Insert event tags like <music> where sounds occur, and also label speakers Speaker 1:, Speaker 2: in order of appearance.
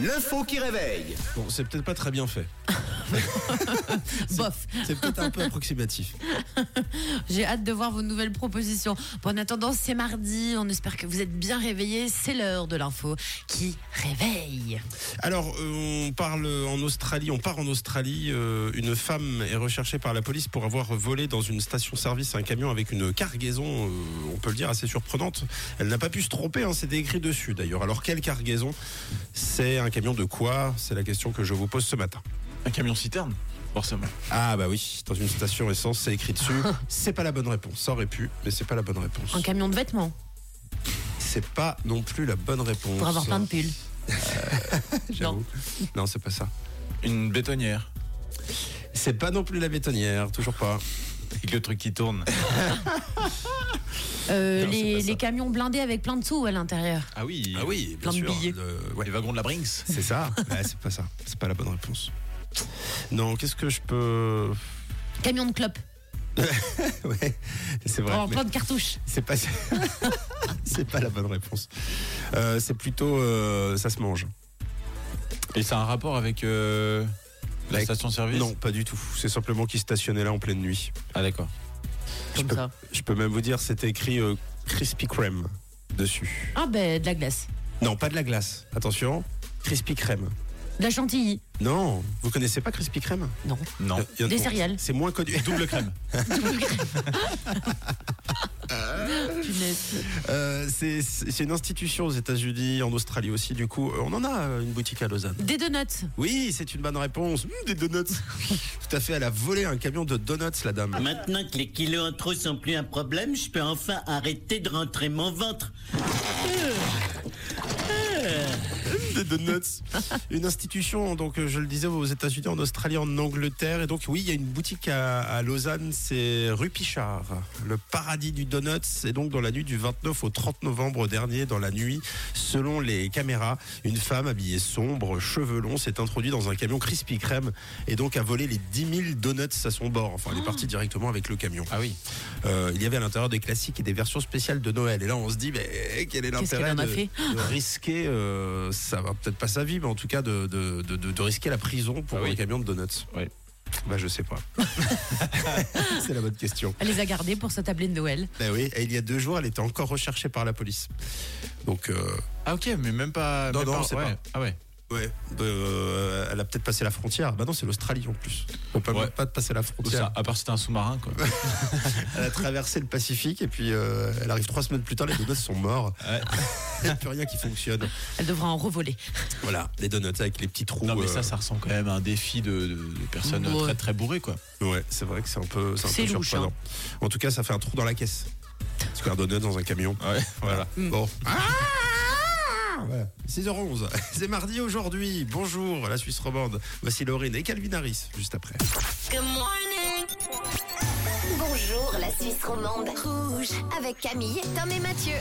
Speaker 1: L'info qui réveille.
Speaker 2: Bon, c'est peut-être pas très bien fait.
Speaker 3: Bof,
Speaker 2: C'est peut-être un peu approximatif.
Speaker 3: j'ai hâte de voir vos nouvelles propositions. Bon, en attendant, c'est mardi, on espère que vous êtes bien réveillés. C'est l'heure de l'info qui réveille.
Speaker 2: Alors, euh, on parle en Australie, on part en Australie. euh, une femme est recherchée par la police pour avoir volé dans une station-service un camion avec une cargaison, euh, on peut le dire, assez surprenante. Elle n'a pas pu se tromper, hein, c'est écrit dessus d'ailleurs. Alors, quelle cargaison C'est un camion de quoi C'est la question que je vous pose ce matin.
Speaker 4: Un camion citerne, forcément.
Speaker 2: Ah bah oui, dans une station essence, c'est écrit dessus.
Speaker 3: <laughs>
Speaker 2: C'est pas la bonne réponse. Ça aurait pu, mais c'est pas la bonne réponse.
Speaker 3: Un camion de vêtements
Speaker 2: C'est pas non plus la bonne réponse.
Speaker 3: pour avoir plein de pulls.
Speaker 2: Euh, <laughs> J'avoue. non c'est pas ça.
Speaker 4: Une bétonnière.
Speaker 2: C'est pas non plus la bétonnière, toujours pas.
Speaker 4: Avec le truc qui tourne.
Speaker 3: Euh,
Speaker 2: Non, c'est
Speaker 3: les,
Speaker 2: pas ça.
Speaker 3: les camions blindés avec plein de sous à l'intérieur.
Speaker 4: Ah oui. Euh,
Speaker 2: Ah oui, bien
Speaker 3: Plein de
Speaker 2: sûr.
Speaker 3: billets.
Speaker 2: Le- ouais,
Speaker 4: Les wagons de la Brinks.
Speaker 2: c'est <laughs> ça. Ouais, c'est pas ça. C'est pas la bonne réponse. Non, qu'est-ce que je peux.
Speaker 3: Camion de clope
Speaker 2: <laughs> Ouais, c'est
Speaker 3: pour
Speaker 2: vrai.
Speaker 3: avoir
Speaker 2: mais
Speaker 3: plein de cartouches.
Speaker 2: C'est pas. <laughs> c'est pas la bonne réponse. Euh, c'est plutôt euh, ça se mange.
Speaker 4: Et ça a un rapport avec euh, la
Speaker 2: Avec-
Speaker 4: station-service
Speaker 2: Non, pas du tout. C'est simplement qu'ils stationnaient là en pleine nuit.
Speaker 4: Ah d'accord.
Speaker 3: Comme
Speaker 2: peux-
Speaker 3: ça.
Speaker 2: Je peux même vous dire, c'était écrit euh, Krispy Kreme dessus.
Speaker 3: Ah ben, de la glace.
Speaker 2: Non, pas de la glace. Attention, Krispy Kreme.
Speaker 3: De la chantilly.
Speaker 2: Non, vous connaissez pas Krispy Kreme
Speaker 3: Non.
Speaker 4: Non.
Speaker 2: Euh, y en-
Speaker 3: Des céréales.
Speaker 2: C'est moins connu.
Speaker 4: Double crème.
Speaker 3: Punaise.
Speaker 2: Euh, c'est c'est une institution aux États-Unis, en Australie aussi. Du coup, Euh, on en a euh, une boutique à Lausanne.
Speaker 3: Des donuts.
Speaker 2: Oui, c'est une bonne réponse. Mmh, des donuts. <laughs> Tout à fait, elle a volé un camion de donuts, la dame.
Speaker 5: Maintenant que les kilos en trop sont plus un problème, je peux enfin arrêter de rentrer mon ventre.
Speaker 2: <laughs> des donuts. Une institution, donc euh, je le disais, aux États-Unis, en Australie, en Angleterre. Et donc, oui, il y a une boutique à, à Lausanne, c'est rue Pichard, le paradis du donut. Et donc, dans la nuit du 29 au 30 novembre dernier, dans la nuit, selon les caméras, une femme habillée sombre, cheveux longs, s'est introduite dans un camion Krispy Kreme et donc a volé les 10 000 donuts à son bord. Enfin,
Speaker 3: Ah.
Speaker 2: elle est partie directement avec le camion.
Speaker 4: Ah oui.
Speaker 2: Euh, il y avait à l'intérieur des classiques et des versions spéciales de Noël. Et là, on se dit, mais quel est l'intérêt
Speaker 3: qu'elle en a
Speaker 2: de,
Speaker 3: fait
Speaker 2: de risquer, euh, ça va peut-être pas sa vie, mais en tout cas de, de, de- de- de risquer la prison pour
Speaker 4: Ah oui.
Speaker 2: les camions de donuts
Speaker 4: Ouais.
Speaker 2: Bah, je sais pas. <laughs> C'est la bonne question.
Speaker 3: Elle les a gardés pour sa tablée de Noël.
Speaker 2: Bah oui, et il y a deux jours, elle était encore recherchée par la police. Donc, euh,
Speaker 4: Ah ok, mais même pas.
Speaker 2: Non,
Speaker 4: même
Speaker 2: non,
Speaker 4: pas-
Speaker 2: c'est
Speaker 4: ouais. Ah ouais.
Speaker 2: ouais, euh, elle a peut-être passé la frontière. Bah non, c'est l'Australie en plus. On peut
Speaker 4: Ouais.
Speaker 2: même pas passer la
Speaker 4: Ou ça,
Speaker 2: frontière.
Speaker 4: à part si c'était un sous-marin quoi.
Speaker 2: Elle a traversé le Pacifique et puis euh, elle arrive trois semaines plus tard, les donuts sont morts.
Speaker 4: Ouais.
Speaker 2: <laughs> Il n'y a plus rien qui fonctionne.
Speaker 3: Elle devra en revoler.
Speaker 2: Voilà, les donuts avec les petits trous.
Speaker 4: non mais
Speaker 2: euh,
Speaker 4: ça, ça ressemble quand même à un défi de, de- de personnes
Speaker 3: Ouais.
Speaker 4: très très bourrées quoi.
Speaker 2: Ouais, c'est vrai que c'est un peu, c'est un
Speaker 3: C'est
Speaker 2: peu
Speaker 3: louche,
Speaker 2: surprenant. En tout cas, ça fait un trou dans la caisse. Parce qu'un donut dans un camion.
Speaker 4: Ouais. Voilà.
Speaker 2: Bon. Ah Voilà. 6h11, <laughs> c'est mardi aujourd'hui. Bonjour la Suisse romande. Voici Laurine et Calvin Harris juste après.
Speaker 6: Bonjour la Suisse romande. Rouge avec Camille, Tom et Mathieu.